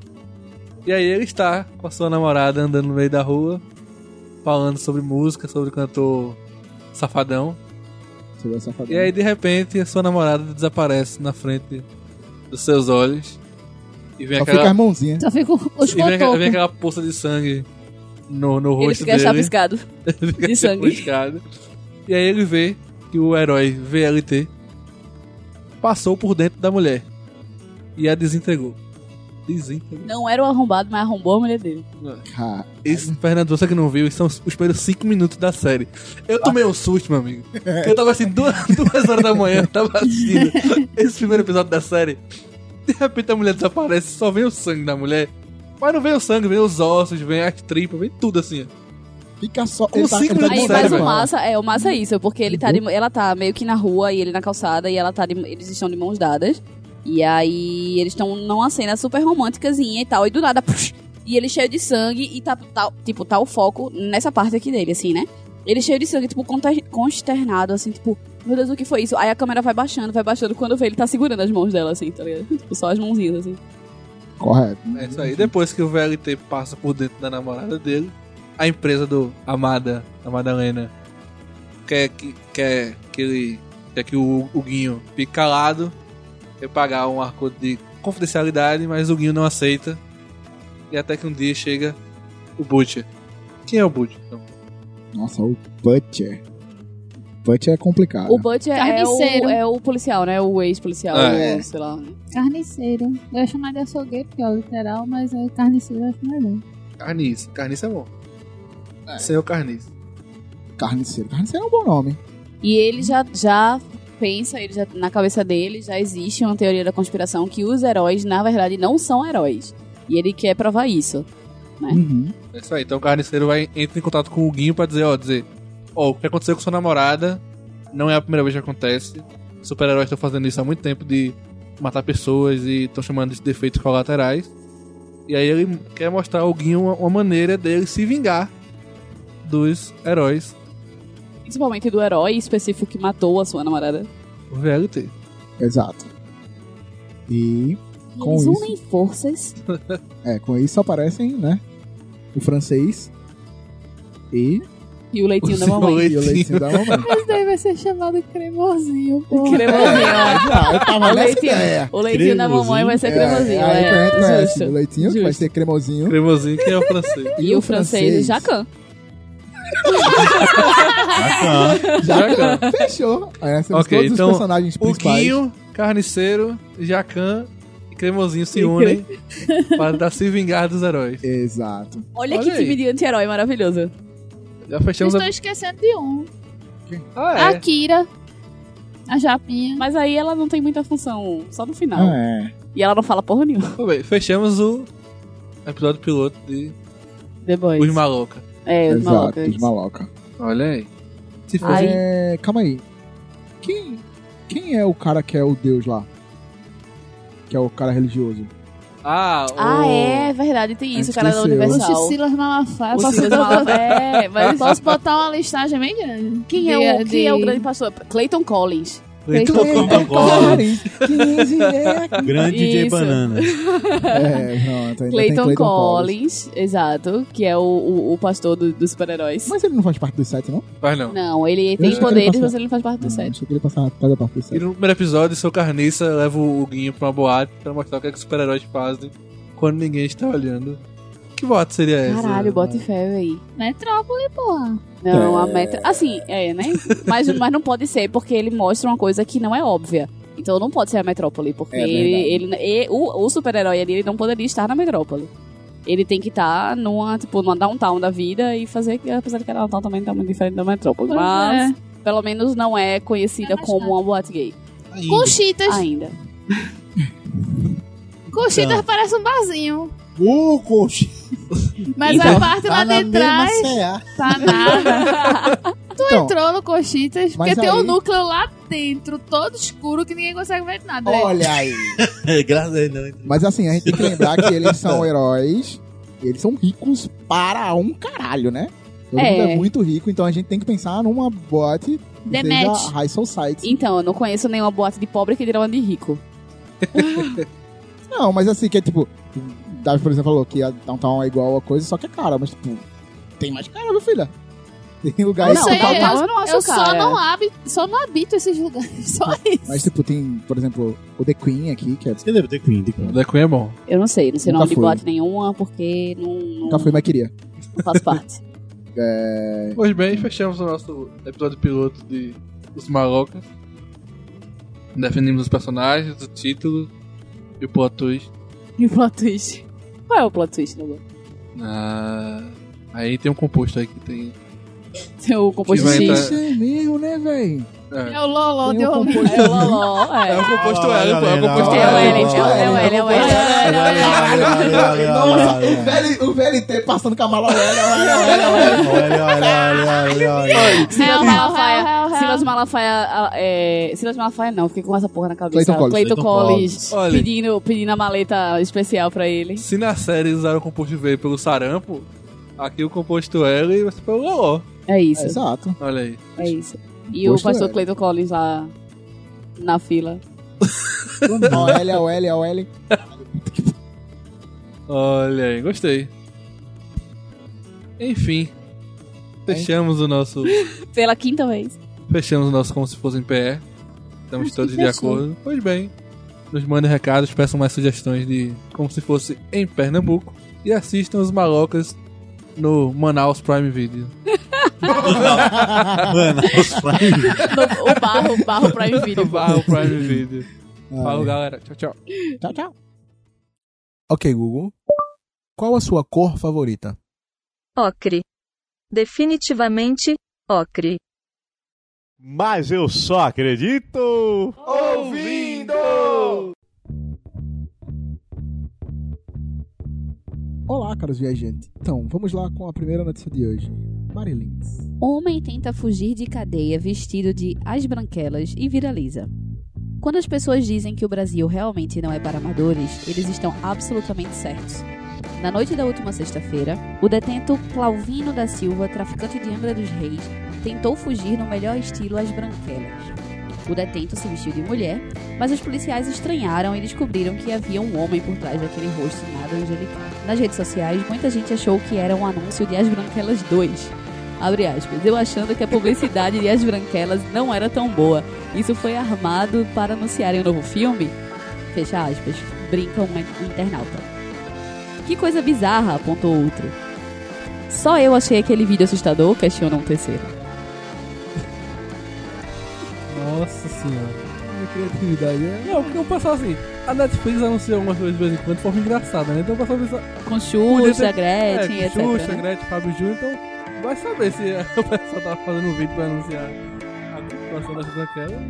[SPEAKER 7] E aí ele está com a sua namorada andando no meio da rua, falando sobre música, sobre o cantor safadão.
[SPEAKER 3] Você vai safadão.
[SPEAKER 7] E aí de repente a sua namorada desaparece na frente dos seus olhos. E vem
[SPEAKER 3] Só fica
[SPEAKER 7] aquela.
[SPEAKER 3] as mãozinhas.
[SPEAKER 10] Só fico os
[SPEAKER 7] E vem, aquela, vem
[SPEAKER 10] cotocos.
[SPEAKER 7] aquela poça de sangue no, no
[SPEAKER 2] Ele
[SPEAKER 7] rosto
[SPEAKER 2] fica
[SPEAKER 7] dele.
[SPEAKER 2] chapiscado.
[SPEAKER 7] Ele fica
[SPEAKER 2] de sangue.
[SPEAKER 7] chapiscado. E aí ele vê que o herói VLT passou por dentro da mulher. E a desintegrou. Desintegrou.
[SPEAKER 2] Não era o arrombado, mas arrombou a mulher dele.
[SPEAKER 3] Cara,
[SPEAKER 7] Esse Fernando, você que não viu, são os primeiros 5 minutos da série. Eu tomei um susto, meu amigo. Eu tava assim, duas, duas horas da manhã, eu tava assistindo esse primeiro episódio da série. De repente a mulher desaparece, só vem o sangue da mulher. Mas não vem o sangue, vem os ossos, vem as tripas, vem tudo assim. ó.
[SPEAKER 3] fica só.
[SPEAKER 7] Com
[SPEAKER 2] um
[SPEAKER 3] ele tá-
[SPEAKER 7] cinco
[SPEAKER 3] ele tá
[SPEAKER 7] minutos
[SPEAKER 2] Aí, mas
[SPEAKER 7] Sério,
[SPEAKER 2] o
[SPEAKER 7] velho? Uhum.
[SPEAKER 2] massa, é, o massa é isso, porque ele tá de- ela tá meio que na rua e ele na calçada e ela tá de- eles estão de mãos dadas. E aí eles estão numa cena super românticazinha e tal, e do nada, pux, e ele cheio de sangue e tá, tá- tipo, tá o foco nessa parte aqui dele, assim, né? Ele cheio de sangue, tipo, conter- consternado, assim, tipo, meu Deus, o que foi isso? Aí a câmera vai baixando, vai baixando, quando vê ele tá segurando as mãos dela, assim, tá ligado? Tipo, só as mãozinhas, assim.
[SPEAKER 3] Correto.
[SPEAKER 7] É isso aí. Depois que o VLT passa por dentro da namorada dele, a empresa do Amada, a Madalena, quer que, quer que ele. Quer que o, o Guinho fique calado, quer pagar um arco de confidencialidade, mas o Guinho não aceita. E até que um dia chega o Butcher. Quem é o Butcher? Então,
[SPEAKER 3] Nossa, o Butcher. Butcher é complicado.
[SPEAKER 2] O Butch é, o,
[SPEAKER 5] Carniceiro.
[SPEAKER 2] é o policial, né? O ex-policial,
[SPEAKER 7] É.
[SPEAKER 2] o- sei lá.
[SPEAKER 5] Carniceiro. Eu ia chamar de açougueiro, que é o literal, mas é carniceiro eu acho melhor.
[SPEAKER 7] Carniça. Carniça é bom. Senhor Carniça.
[SPEAKER 3] Carniceiro. Carniceiro é um bom nome.
[SPEAKER 2] E ele já, já pensa, ele já, na cabeça dele já existe uma teoria da conspiração que os heróis, na verdade, não são heróis. E ele quer provar isso.
[SPEAKER 3] Uhum.
[SPEAKER 7] É isso aí. Então o carniceiro vai, entra em contato com o Guinho pra dizer, ó, dizer, ó, o que aconteceu com sua namorada não é a primeira vez que acontece. Super-heróis estão fazendo isso há muito tempo de matar pessoas e estão chamando isso de defeitos colaterais. E aí ele quer mostrar ao Guinho uma, uma maneira dele se vingar dos heróis
[SPEAKER 2] Principalmente do herói específico que matou a sua namorada.
[SPEAKER 7] do VLT.
[SPEAKER 3] Exato. E
[SPEAKER 2] E
[SPEAKER 3] Com
[SPEAKER 2] eles
[SPEAKER 3] isso.
[SPEAKER 2] unem forças.
[SPEAKER 3] é, com isso aparecem, né? O francês e,
[SPEAKER 2] E o leitinho da
[SPEAKER 7] seu
[SPEAKER 2] mamãe.
[SPEAKER 3] e o leitinho da mamãe.
[SPEAKER 5] Mas daí vai ser chamado cremosinho, pô.
[SPEAKER 2] Cremosinho.
[SPEAKER 3] Ah, eu tava
[SPEAKER 2] O
[SPEAKER 3] nessa
[SPEAKER 2] leitinho.
[SPEAKER 3] ideia.
[SPEAKER 2] O leitinho da mamãe vai ser é cremosinho.
[SPEAKER 3] aí que a gente
[SPEAKER 2] É,
[SPEAKER 3] conhece o
[SPEAKER 2] justo.
[SPEAKER 3] leitinho, que vai ser cremosinho.
[SPEAKER 7] Cremosinho, quem é o francês?
[SPEAKER 2] E o francês, Jacan.
[SPEAKER 8] Bacana.
[SPEAKER 3] Jacan. Fechou. Aí temos
[SPEAKER 7] Ok,
[SPEAKER 3] todos
[SPEAKER 7] então,
[SPEAKER 3] os personagens
[SPEAKER 7] O
[SPEAKER 3] principais.
[SPEAKER 7] Guinho, Carniceiro, Jacan e Cremosinho se
[SPEAKER 2] E
[SPEAKER 7] unem para se vingar dos heróis.
[SPEAKER 3] Exato.
[SPEAKER 2] Olha,
[SPEAKER 7] Olha
[SPEAKER 2] que
[SPEAKER 7] aí.
[SPEAKER 2] time de anti-herói maravilhoso.
[SPEAKER 7] Já fechamos
[SPEAKER 5] Estou
[SPEAKER 7] a...
[SPEAKER 5] esquecendo de um.
[SPEAKER 7] Ah,
[SPEAKER 5] A Kira. A Japinha.
[SPEAKER 2] Mas aí ela não tem muita função, só no final.
[SPEAKER 3] Ah,
[SPEAKER 2] E ela não fala porra nenhuma.
[SPEAKER 7] Tudo bem, fechamos o episódio piloto de
[SPEAKER 2] Depois.
[SPEAKER 7] Os Maloca.
[SPEAKER 2] É,
[SPEAKER 3] é.
[SPEAKER 2] os
[SPEAKER 3] Exato,
[SPEAKER 2] malocas.
[SPEAKER 3] os maloca.
[SPEAKER 7] Olha aí. Se for,
[SPEAKER 2] Ai.
[SPEAKER 3] É, calma aí. Quem, quem é o cara que é o deus lá? Que é o cara religioso?
[SPEAKER 7] Ah, o...
[SPEAKER 2] Ah, é verdade, tem isso, o cara da
[SPEAKER 3] Oh. Esqueceu.
[SPEAKER 5] O
[SPEAKER 2] Universal. Ah,
[SPEAKER 5] Silas Malafaia.
[SPEAKER 2] O
[SPEAKER 5] Posso
[SPEAKER 2] Silas
[SPEAKER 5] botar-
[SPEAKER 2] Malafaia, é, mas
[SPEAKER 5] Posso botar uma listagem bem grande.
[SPEAKER 2] quem é, o, quem é o grande pastor? Clayton Collins.
[SPEAKER 7] Cleiton
[SPEAKER 8] Cleiton
[SPEAKER 7] Collins.
[SPEAKER 8] Collins.
[SPEAKER 3] 15 é...
[SPEAKER 8] Grande DJ
[SPEAKER 2] Isso.
[SPEAKER 8] Banana.
[SPEAKER 3] É, não, então ainda tem
[SPEAKER 2] Clayton,
[SPEAKER 3] Clayton Collins.
[SPEAKER 2] Collins, exato, que é o, o, o pastor do- dos super-heróis.
[SPEAKER 3] Mas ele não faz parte dos sete, não?
[SPEAKER 7] Mas não.
[SPEAKER 2] Não, ele
[SPEAKER 3] achei
[SPEAKER 2] tem
[SPEAKER 3] que ele
[SPEAKER 2] poderes,
[SPEAKER 3] passou. Hum.
[SPEAKER 2] mas ele não faz parte do
[SPEAKER 3] Não,
[SPEAKER 2] set.
[SPEAKER 3] Achei que ele passava cada parte dos
[SPEAKER 7] E
[SPEAKER 3] sete.
[SPEAKER 7] no primeiro episódio, seu Carniça leva o Guinho pra uma boate pra mostrar o que, é que os super-heróis fazem quando ninguém está olhando. Que boate seria essa?
[SPEAKER 2] Caralho, bota fé, véi.
[SPEAKER 5] Metrópole, porra.
[SPEAKER 2] Não, a meta. Assim, é, né? Mas, mas não pode ser, porque ele mostra uma coisa que não é óbvia. Então não pode ser a metrópole, porque
[SPEAKER 3] É verdade.
[SPEAKER 2] ele, ele, e- o, o super-herói ali ele não poderia estar na metrópole. Ele tem que estar numa, tipo, numa downtown da vida e fazer. que- Apesar de que a downtown também tá muito diferente da metrópole.
[SPEAKER 5] Pois
[SPEAKER 2] mas pelo menos não é conhecida
[SPEAKER 5] É mais
[SPEAKER 2] como
[SPEAKER 5] nada.
[SPEAKER 2] uma boate gay
[SPEAKER 5] Com cheetas.
[SPEAKER 2] ainda. então.
[SPEAKER 5] Com cheetas parece um barzinho.
[SPEAKER 8] Ô, coxa.
[SPEAKER 5] Mas a
[SPEAKER 7] Então,
[SPEAKER 5] parte lá
[SPEAKER 9] tá na
[SPEAKER 5] de trás
[SPEAKER 9] mesma CA.
[SPEAKER 5] tá nada. tu
[SPEAKER 3] Então,
[SPEAKER 5] entrou no Cochitas porque
[SPEAKER 3] mas
[SPEAKER 5] tem um
[SPEAKER 3] aí-
[SPEAKER 5] núcleo lá dentro, todo escuro, que ninguém consegue ver nada.
[SPEAKER 9] Olha aí.
[SPEAKER 8] É, Graças a Deus, né? não.
[SPEAKER 3] Mas assim, a gente tem que lembrar que eles são heróis, e eles são ricos para um caralho, né? Todo
[SPEAKER 2] É.
[SPEAKER 3] mundo é muito rico, então a gente tem que pensar numa boate que
[SPEAKER 2] The
[SPEAKER 3] seja
[SPEAKER 2] Match.
[SPEAKER 3] high society.
[SPEAKER 2] Então, eu não conheço nenhuma boate de pobre que dirá uma de rico.
[SPEAKER 3] Não, mas assim, que é tipo, Davi, por exemplo, falou que a Downtown é igual a coisa, só que é cara, mas tipo, tem mais cara, meu filho. Tem lugar
[SPEAKER 5] Não,
[SPEAKER 3] que
[SPEAKER 5] sei,
[SPEAKER 3] tá
[SPEAKER 5] eu-
[SPEAKER 2] eu não acho
[SPEAKER 5] Eu
[SPEAKER 2] cara.
[SPEAKER 5] só não, habi, só não habito esses lugares, só isso.
[SPEAKER 3] Mas tipo, tem, por exemplo, o The Queen aqui, que é,
[SPEAKER 8] Você deve ter Queen, The Queen.
[SPEAKER 7] The Queen é bom.
[SPEAKER 2] Eu não sei, não sei o
[SPEAKER 3] Nunca
[SPEAKER 2] nome de
[SPEAKER 3] fui.
[SPEAKER 2] boate nenhuma, porque não, não,
[SPEAKER 3] nunca fui, mas queria.
[SPEAKER 2] não faço parte.
[SPEAKER 3] É,
[SPEAKER 7] Pois bem, fechamos o nosso episódio piloto de Os Malocas. Definimos os personagens, o título e o plot twist.
[SPEAKER 2] E o plot twist? Qual é o plot twist, Lobo?
[SPEAKER 7] Ah, aí tem um composto aí que tem.
[SPEAKER 2] O composto
[SPEAKER 7] vai
[SPEAKER 2] X.
[SPEAKER 7] entrar-
[SPEAKER 3] Isso é mesmo, né, velho?
[SPEAKER 5] É o Loló
[SPEAKER 3] Tem
[SPEAKER 5] de
[SPEAKER 3] um
[SPEAKER 5] Olinda.
[SPEAKER 3] composto-
[SPEAKER 2] É o Loló,
[SPEAKER 7] É o
[SPEAKER 2] é.
[SPEAKER 7] composto
[SPEAKER 8] Olha,
[SPEAKER 7] L, pô, é o
[SPEAKER 8] galera,
[SPEAKER 7] composto
[SPEAKER 2] É
[SPEAKER 8] olha,
[SPEAKER 2] o
[SPEAKER 8] olha,
[SPEAKER 2] L,
[SPEAKER 8] olha,
[SPEAKER 2] então, é o L, é o L.
[SPEAKER 8] Olha, olha, olha, olha, olha,
[SPEAKER 3] O velho, o VLT passando com a mala velha.
[SPEAKER 8] olha, olha, olha, olha.
[SPEAKER 2] Silas
[SPEAKER 5] Hell, hell, hell,
[SPEAKER 2] Malafaia.
[SPEAKER 5] hell.
[SPEAKER 2] Silas Malafaia. É, Silas Malafaia não, fiquei com essa porra na cabeça.
[SPEAKER 3] Clayton Collins,
[SPEAKER 2] Clayton
[SPEAKER 8] Clayton
[SPEAKER 2] Collins.
[SPEAKER 7] Collins. Olha.
[SPEAKER 2] Pedindo, pedindo a maleta especial pra ele.
[SPEAKER 7] Se na série eles usaram o composto V pelo sarampo, aqui o composto L vai ser pelo Loló.
[SPEAKER 2] É isso,
[SPEAKER 3] Exato.
[SPEAKER 7] Olha aí.
[SPEAKER 2] é isso. E o
[SPEAKER 3] Composto
[SPEAKER 2] pastor
[SPEAKER 3] L.
[SPEAKER 2] Clayton Collins lá na fila.
[SPEAKER 3] O L, é o L, o L.
[SPEAKER 7] Olha aí, gostei. Enfim. Fechamos o nosso.
[SPEAKER 2] Pela quinta vez.
[SPEAKER 7] Fechamos o nosso como se fosse em PR. Estamos
[SPEAKER 9] Acho que
[SPEAKER 7] todos de
[SPEAKER 9] fechou.
[SPEAKER 7] acordo. Pois bem. Nos mandem recados, peçam mais sugestões de como se fosse em Pernambuco. E assistam os malocas no Manaus Prime Video.
[SPEAKER 8] Mano, os pais.
[SPEAKER 2] No- o barro, o barro Prime Video.
[SPEAKER 7] Barra o Prime Video. Falou, galera. Tchau, tchau.
[SPEAKER 3] Tchau, tchau.
[SPEAKER 11] Ok, Google. Qual a sua cor favorita?
[SPEAKER 6] Ocre. Definitivamente, ocre.
[SPEAKER 12] Mas eu só acredito.
[SPEAKER 3] Olá, caros viajantes. Então, vamos lá com a primeira notícia de hoje. Marilins.
[SPEAKER 2] Homem tenta fugir de cadeia vestido de As Branquelas e viraliza. Quando as pessoas dizem que o Brasil realmente não é para amadores, eles estão absolutamente certos. Na noite da última sexta-feira, o detento Clauvino da Silva, traficante de Angra dos Reis, tentou fugir no melhor estilo As Branquelas. O detento se vestiu de mulher, mas os policiais estranharam e descobriram que havia um homem por trás daquele rosto nada angelical. Nas redes sociais, muita gente achou que era um anúncio de As Branquelas 2. Abre aspas, eu achando que a publicidade de As Branquelas não era tão boa. Isso foi armado para anunciarem um novo filme? Fecha aspas, brinca um internauta. Que coisa bizarra, apontou outro. Só eu achei aquele vídeo assustador, questiona um terceiro.
[SPEAKER 7] Nossa senhora.
[SPEAKER 3] Minha criatividade é...
[SPEAKER 7] Não, porque eu pessoal assim, a Netflix anuncia algumas coisas de vez em quando de forma engraçada, né? Então o pessoal pensa,
[SPEAKER 2] Com
[SPEAKER 7] Podia
[SPEAKER 2] Xuxa,
[SPEAKER 7] ter-
[SPEAKER 2] Gretchen, etc. né?
[SPEAKER 7] Xuxa, Gretchen, Fábio Júnior, então vai saber se o pessoal tava fazendo um vídeo pra anunciar a situação das branquelas.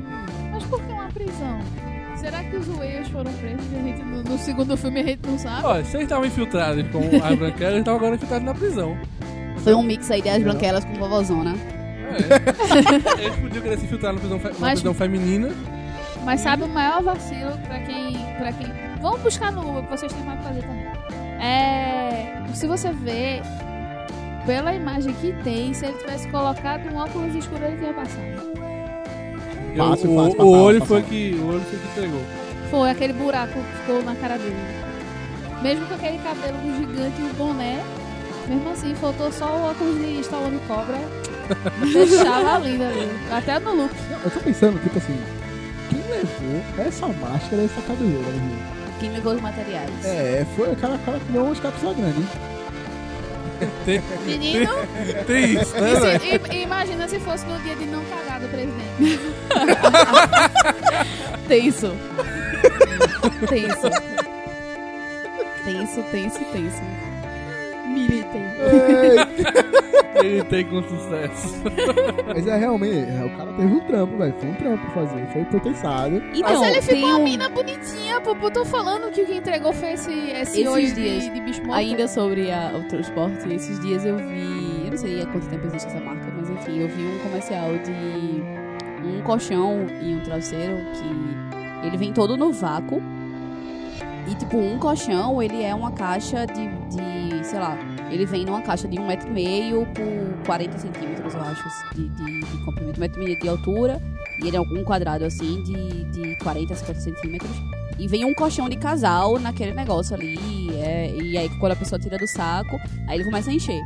[SPEAKER 5] Mas por que uma prisão? Será que os Whales foram presos e a gente, no, no segundo filme a gente não sabe?
[SPEAKER 7] Olha, se eles estavam infiltrados com a branquelas, eles estavam agora infiltrados na prisão.
[SPEAKER 2] Foi um mix aí de As Branquelas com Vovozona.
[SPEAKER 7] É. eles podiam querer se infiltrar na prisão, fe- numa
[SPEAKER 5] Mas-
[SPEAKER 7] prisão feminina.
[SPEAKER 5] Mas sabe o maior vacilo pra quem. pra quem. Vamos buscar no Google, que vocês têm mais pra fazer também. É. Se você vê, pela imagem que tem, se ele tivesse colocado um óculos escuro, ele tinha passado.
[SPEAKER 7] Eu-
[SPEAKER 3] Fácil,
[SPEAKER 7] o,
[SPEAKER 3] fácil,
[SPEAKER 7] o
[SPEAKER 3] fácil,
[SPEAKER 7] olho
[SPEAKER 3] fácil.
[SPEAKER 7] foi que O olho foi que pegou.
[SPEAKER 5] Foi aquele buraco que ficou na cara dele. Mesmo com aquele cabelo gigante e o boné, mesmo assim, faltou só o óculos de Stallone Cobra. Deixava linda ali. Até no look.
[SPEAKER 3] Não, eu tô pensando, tipo assim, quem levou essa máscara e essa cabeleira? né?
[SPEAKER 2] Quem levou os materiais?
[SPEAKER 3] É, foi o cara, cara que deu uns cápsulas grandes. hein?
[SPEAKER 5] Menino,
[SPEAKER 7] Tem isso,
[SPEAKER 5] e
[SPEAKER 7] né, velho?
[SPEAKER 5] se- e- e imagina se fosse no dia de não cagar do presidente.
[SPEAKER 2] Tenso. tenso.
[SPEAKER 3] É.
[SPEAKER 2] Tenso, tenso, tenso. Militem.
[SPEAKER 3] Ei,
[SPEAKER 7] Tentei com sucesso.
[SPEAKER 3] Mas é realmente, é, o cara teve um trampo, velho. Foi um trampo fazer, foi potenciado.
[SPEAKER 5] Mas ele
[SPEAKER 2] tem
[SPEAKER 5] ficou uma
[SPEAKER 2] um-
[SPEAKER 5] mina bonitinha, pô. pô, Tô falando que o que entregou foi esse, esse
[SPEAKER 2] Esses
[SPEAKER 5] olho
[SPEAKER 2] dias,
[SPEAKER 5] de, de bicho morto. É
[SPEAKER 2] Ainda sobre a- o transporte, esses dias eu vi. Eu não sei há quanto tempo existe essa marca, mas enfim, eu vi um comercial de um colchão e um travesseiro que ele vem todo no vácuo. E tipo, um colchão, ele é uma caixa de. de sei lá, ele vem numa caixa de 1,5m por 40 centímetros, eu acho, assim, de, de, de comprimento, 1,5m de altura. E ele é um quadrado assim de, de 40 a 50 centímetros. E vem um colchão de casal naquele negócio ali. é, e aí quando a pessoa tira do saco, aí ele começa a encher.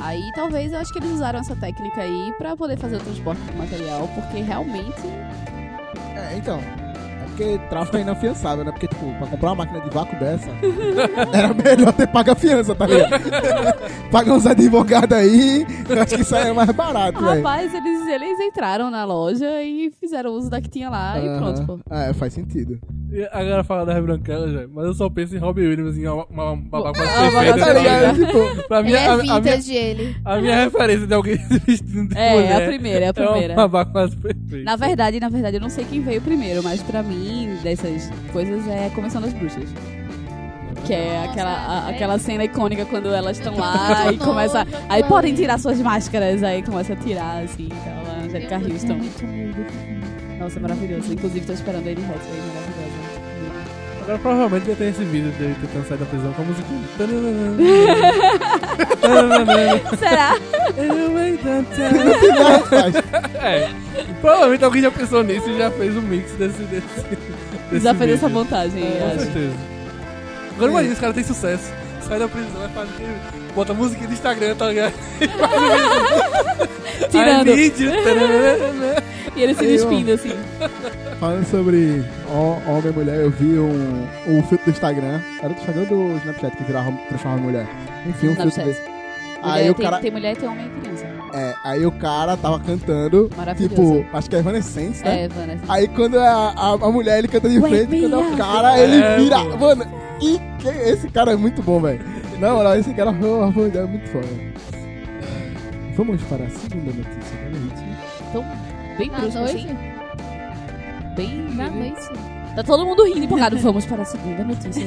[SPEAKER 2] Aí talvez eu acho que eles usaram essa técnica aí pra poder fazer o transporte do material, porque realmente.
[SPEAKER 3] É, então. É porque tráfico é inafiançável, né? Porque, tipo, pra comprar uma máquina de vácuo dessa, era melhor ter pago a fiança, tá ligado? Pagar uns advogados aí, eu acho que isso aí é mais barato,
[SPEAKER 2] Ah,
[SPEAKER 3] velho.
[SPEAKER 2] Rapaz, eles, eles entraram na loja e fizeram uso da que tinha lá e pronto, pô.
[SPEAKER 3] Aham. É, faz sentido.
[SPEAKER 7] E a galera fala das branquelas, velho, mas eu só penso em Robbie Williams, em uma, uma babaca
[SPEAKER 2] é,
[SPEAKER 5] Ah,
[SPEAKER 7] mais
[SPEAKER 5] uma
[SPEAKER 7] perfeita.
[SPEAKER 5] babaca
[SPEAKER 7] tá
[SPEAKER 3] tipo,
[SPEAKER 7] ligado?
[SPEAKER 5] perfeita.
[SPEAKER 7] pra mim,
[SPEAKER 5] Ele é
[SPEAKER 7] a, a minha,
[SPEAKER 5] vintage, ele.
[SPEAKER 7] a minha referência de alguém se vestindo de
[SPEAKER 2] É, é a
[SPEAKER 7] mulher
[SPEAKER 2] primeira, é a primeira.
[SPEAKER 7] É uma babaca mais perfeita.
[SPEAKER 2] Na verdade, na verdade, eu não sei quem veio primeiro, mas pra mim, dessas coisas é Convenção das Bruxas. Que é aquela, a- aquela cena icônica quando elas estão lá e começa. Aí podem tirar suas máscaras, aí começa a tirar, assim, então, a Angélica Houston. Nossa, é maravilhoso. Inclusive, tô esperando a Anne Hathaway, é maravilhosa.
[SPEAKER 7] Agora provavelmente eu tenho esse vídeo dele tentando sair da prisão com a musiquinha. Tananana. Tananana.
[SPEAKER 2] Será?
[SPEAKER 7] É, provavelmente alguém já pensou nisso e já fez um mix desse. desse, desse
[SPEAKER 2] Já fez essa
[SPEAKER 7] vídeo.
[SPEAKER 2] montagem, eu
[SPEAKER 3] É.
[SPEAKER 7] Com
[SPEAKER 2] acho.
[SPEAKER 7] certeza.
[SPEAKER 2] É.
[SPEAKER 7] Agora imagina, esse cara tem sucesso. Sai da prisão, vai fazer. Bota música do Instagram, tá ligado? E faz um vídeo. Né?
[SPEAKER 2] Tirando.
[SPEAKER 7] I need you, tananana.
[SPEAKER 2] E ele se
[SPEAKER 3] Eu-
[SPEAKER 2] despindo, assim.
[SPEAKER 3] Falando sobre ho- homem e mulher, eu vi um, um filtro do Instagram. Era do Instagram ou do Snapchat que virava, transformava em mulher. Enfim, um filtro
[SPEAKER 2] Snapchat.
[SPEAKER 3] desse. Aí
[SPEAKER 2] Mulher,
[SPEAKER 3] o
[SPEAKER 2] tem,
[SPEAKER 3] cara.
[SPEAKER 2] tem mulher, tem homem e criança.
[SPEAKER 3] É, aí o cara tava cantando,
[SPEAKER 2] Maravilhoso.
[SPEAKER 3] tipo, acho que é Evanescence, né?
[SPEAKER 2] É, Vanessa.
[SPEAKER 3] Aí quando é a, a, a mulher ele canta de
[SPEAKER 2] Wake
[SPEAKER 3] frente,
[SPEAKER 2] me
[SPEAKER 3] quando é o
[SPEAKER 2] up.
[SPEAKER 3] cara, ele
[SPEAKER 7] É,
[SPEAKER 3] vira.
[SPEAKER 7] pô.
[SPEAKER 3] Mano, e que- esse cara é muito bom, velho. Na moral, esse cara oh, oh, é muito foda. Vamos para a segunda notícia, né, gente?
[SPEAKER 2] Então, bem
[SPEAKER 9] Na
[SPEAKER 2] bruxa,
[SPEAKER 9] noite?
[SPEAKER 2] assim. Bem.
[SPEAKER 9] Na noite.
[SPEAKER 2] Tá todo mundo rindo empolgado. Vamos para a segunda notícia.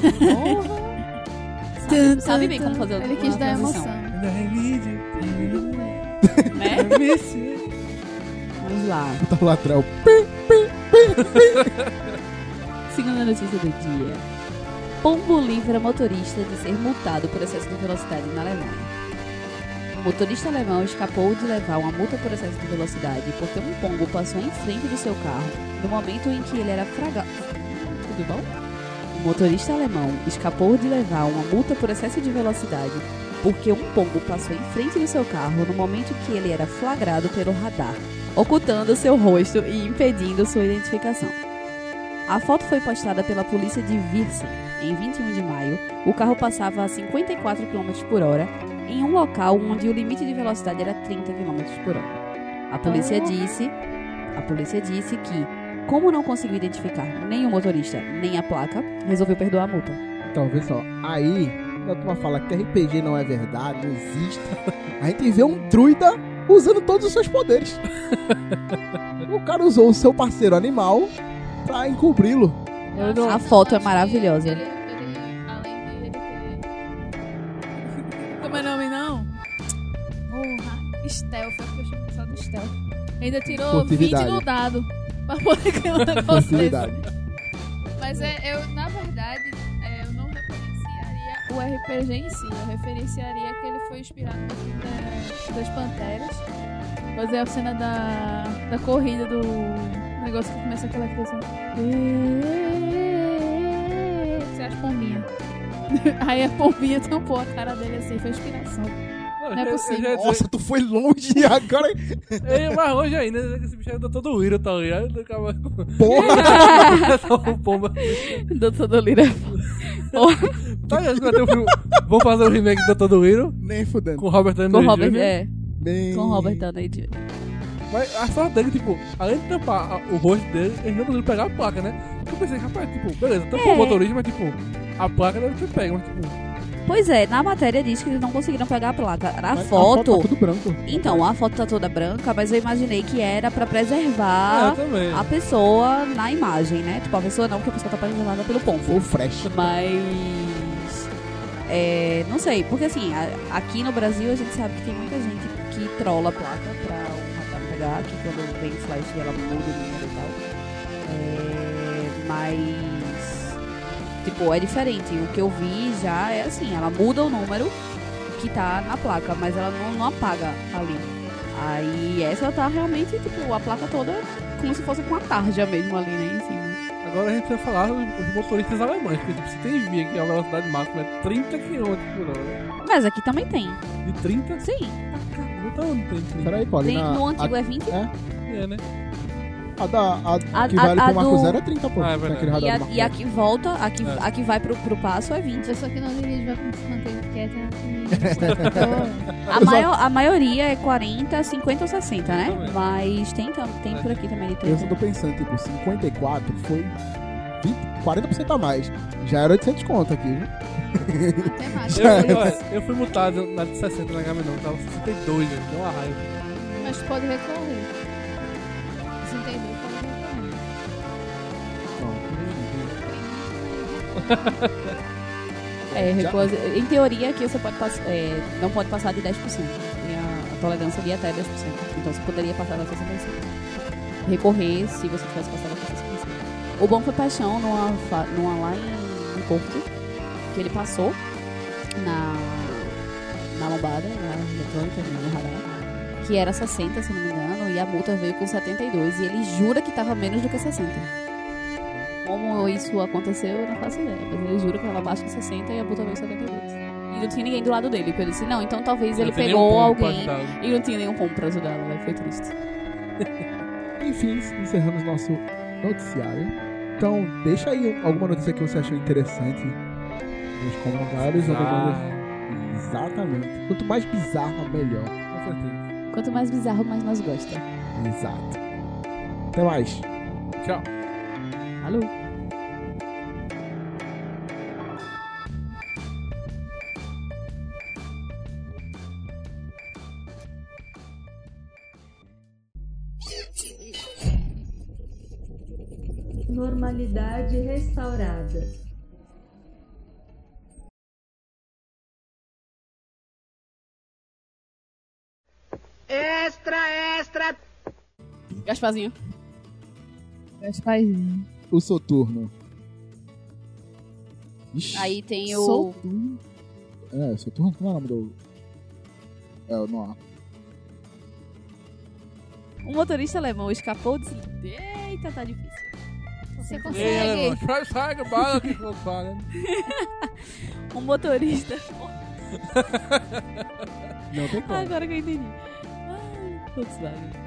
[SPEAKER 2] sabe, sabe bem como fazer
[SPEAKER 5] Ele quis
[SPEAKER 2] uma
[SPEAKER 5] dar
[SPEAKER 2] transição,
[SPEAKER 5] emoção.
[SPEAKER 7] I need you,
[SPEAKER 2] Né?
[SPEAKER 7] I miss you.
[SPEAKER 2] Vamos lá.
[SPEAKER 3] Puta latrão.
[SPEAKER 2] Segunda notícia do dia. Pombo livra motorista de ser multado por excesso de velocidade na Alemanha. O motorista alemão escapou de levar uma multa por excesso de velocidade porque um pombo passou em frente do seu carro no momento em que ele era fragado. Tudo bom? O motorista alemão escapou de levar uma multa por excesso de velocidade porque um pombo passou em frente do seu carro no momento em que ele era flagrado pelo radar, ocultando seu rosto e impedindo sua identificação. A foto foi postada pela polícia de Virsen. Em 21 de maio, o carro passava a 54 km por hora em um local onde o limite de velocidade era 30 km por hora. A polícia disse, a polícia disse que, como não conseguiu identificar nem o motorista nem a placa, resolveu perdoar a multa.
[SPEAKER 3] Então, vê só. Aí, quando a turma fala que RPG não é verdade, não existe, a gente vê um druida usando todos os seus poderes. o cara usou o seu parceiro animal pra encobri-lo.
[SPEAKER 2] A foto é maravilhosa.
[SPEAKER 5] Como é nome, não? Porra,
[SPEAKER 2] é
[SPEAKER 5] stealth, eu acho que eu chamo só do stealth. Ainda tirou 20
[SPEAKER 3] Furtividade.
[SPEAKER 5] no dado pra poder ganhar um negócio
[SPEAKER 3] Furtividade.
[SPEAKER 5] desse. Mas é, eu, na verdade, é, eu não referenciaria o RPG em si. Eu referenciaria que ele foi inspirado no filme da- das Panteras. Fazer a cena da, da corrida do negócio que começa aquela coisa assim. Você acha pombinha. Aí a pombinha tampou a cara dele assim, foi inspiração. Não é possível.
[SPEAKER 7] Eu já ia dizer-
[SPEAKER 3] Nossa, tu foi longe agora.
[SPEAKER 7] É mais longe ainda, esse bicho ainda tá todo uiro, tá ligado? Acaba
[SPEAKER 3] Porra!
[SPEAKER 7] com pomba.
[SPEAKER 2] Doutor Dolira.
[SPEAKER 7] Tá ligado? Vai ter um filme. Vamos fazer o remake do Todo Uiro
[SPEAKER 3] Nem fudendo.
[SPEAKER 7] com Robert Downey
[SPEAKER 2] Com Robert,
[SPEAKER 7] Jr.
[SPEAKER 2] é,
[SPEAKER 3] Nem...
[SPEAKER 2] com Robert Downey Jr.
[SPEAKER 7] Mas a sorte dele, tipo, além de tampar a- o rosto dele, eles não conseguiram pegar a placa, né? Porque eu pensei, rapaz, tipo, beleza, tampou
[SPEAKER 2] É.
[SPEAKER 7] o motorista, mas tipo, a placa deve ter pego, mas tipo,
[SPEAKER 2] Pois é, na matéria diz que eles não conseguiram pegar a placa. Na
[SPEAKER 3] Mas a
[SPEAKER 2] foto.
[SPEAKER 3] foto tá tudo branco.
[SPEAKER 2] Então, a foto tá toda branca, mas eu imaginei que era pra
[SPEAKER 3] É, eu
[SPEAKER 2] preservar
[SPEAKER 3] também.
[SPEAKER 2] a pessoa na imagem, né? Tipo, a pessoa não, porque a pessoa tá preservada pelo pombo.
[SPEAKER 3] Ou fresh.
[SPEAKER 2] Mas. é, não sei, porque assim, a- aqui no Brasil a gente sabe que tem muita gente que trola a placa pra um rapaz pegar, que quando vem o flash ela muda o número e tal. É, mas. Tipo, é diferente. O que eu vi já é assim, ela muda o número que tá na placa, mas ela não, não apaga ali. Aí essa tá realmente, tipo, a placa toda como se fosse com a tarja mesmo ali, né, em cima.
[SPEAKER 7] Agora a gente vai falar dos motoristas alemães, porque tipo, se tem via que a velocidade máxima é 30 km por hora.
[SPEAKER 2] Mas aqui também tem.
[SPEAKER 7] De 30?
[SPEAKER 2] Sim.
[SPEAKER 7] Tá, não tem 30.
[SPEAKER 3] Peraí, Paulina.
[SPEAKER 2] Tem- no antigo é 20?
[SPEAKER 7] É, né?
[SPEAKER 3] A, da, a,
[SPEAKER 2] A-
[SPEAKER 3] que
[SPEAKER 2] a-
[SPEAKER 3] vale
[SPEAKER 2] a
[SPEAKER 3] pro Marco
[SPEAKER 2] do-
[SPEAKER 3] Zero é 30, pô.
[SPEAKER 7] Ah, é
[SPEAKER 3] Naquele
[SPEAKER 7] verdade.
[SPEAKER 3] radar
[SPEAKER 2] E a,
[SPEAKER 3] do Marco
[SPEAKER 2] e a que volta, a que,
[SPEAKER 3] É.
[SPEAKER 2] a que vai pro, pro passo é 20.
[SPEAKER 9] Pessoa que não dirige vai se manter quieta.
[SPEAKER 2] A, maior, a maioria é 40, 50 ou 60, né?
[SPEAKER 3] Exatamente.
[SPEAKER 2] Mas tem, tam- tem por aqui também de
[SPEAKER 3] Eu
[SPEAKER 2] 30.
[SPEAKER 3] só tô pensando, tipo, 54 foi 20, 40% a mais. Já era 800 conto aqui, viu? Até
[SPEAKER 7] Eu, eu, olha, eu fui multado na de 60 na Gaminão, tava 62, gente, deu uma raiva.
[SPEAKER 9] Mas tu pode recorrer. Se entendeu, pode recorrer.
[SPEAKER 2] É,
[SPEAKER 9] Já-
[SPEAKER 2] recusa- em teoria aqui você pode pass- é, não pode passar de 10%. E a, a tolerância ali é até 10%. Então você poderia passar da 65%. Recorrer se você tivesse passado da 65%. O bom foi paixão numa, fa- numa lá em, em Porto, que ele passou na, na lombada, né, na eletrônica, no radar, que era 60, se não me engano, e a multa veio com 72, e ele jura que tava menos do que 60. Como isso aconteceu, eu não faço ideia. Mas ele jura que ela abaixo de 60 e a puta veio 72. E não tinha ninguém do lado dele. porque Eu disse, não, então talvez
[SPEAKER 7] Não
[SPEAKER 2] ele
[SPEAKER 7] tem
[SPEAKER 2] pegou
[SPEAKER 7] nenhum pombo pra
[SPEAKER 2] alguém
[SPEAKER 7] ajudá-lo.
[SPEAKER 2] e não tinha nenhum pombo pra ajudá-lo. né? Foi triste.
[SPEAKER 3] Enfim, encerramos nosso noticiário. Então, deixa aí alguma notícia que você achou interessante nos comentários. ou nos-
[SPEAKER 7] Bizarra.
[SPEAKER 3] Exatamente. Quanto mais bizarra, melhor.
[SPEAKER 7] Com certeza.
[SPEAKER 2] Quanto mais bizarro, mais nós gosta.
[SPEAKER 3] Exato. Até mais.
[SPEAKER 7] Tchau.
[SPEAKER 2] Alô?
[SPEAKER 13] Normalidade restaurada.
[SPEAKER 14] Extra, extra.
[SPEAKER 2] Gasparzinho.
[SPEAKER 5] Gasparzinho.
[SPEAKER 3] O Soturno. Ixi.
[SPEAKER 2] Aí tem o.
[SPEAKER 3] Soturno. É, Soturno, como é o nome do. É, o Noah.
[SPEAKER 2] Um motorista alemão escapou de. Eita, tá difícil. Você
[SPEAKER 7] Ei, alemão, sai, sai, que bala que Volkswagen.
[SPEAKER 2] um motorista.
[SPEAKER 7] Não tem como.
[SPEAKER 2] Agora que eu entendi. Ai, Volkswagen.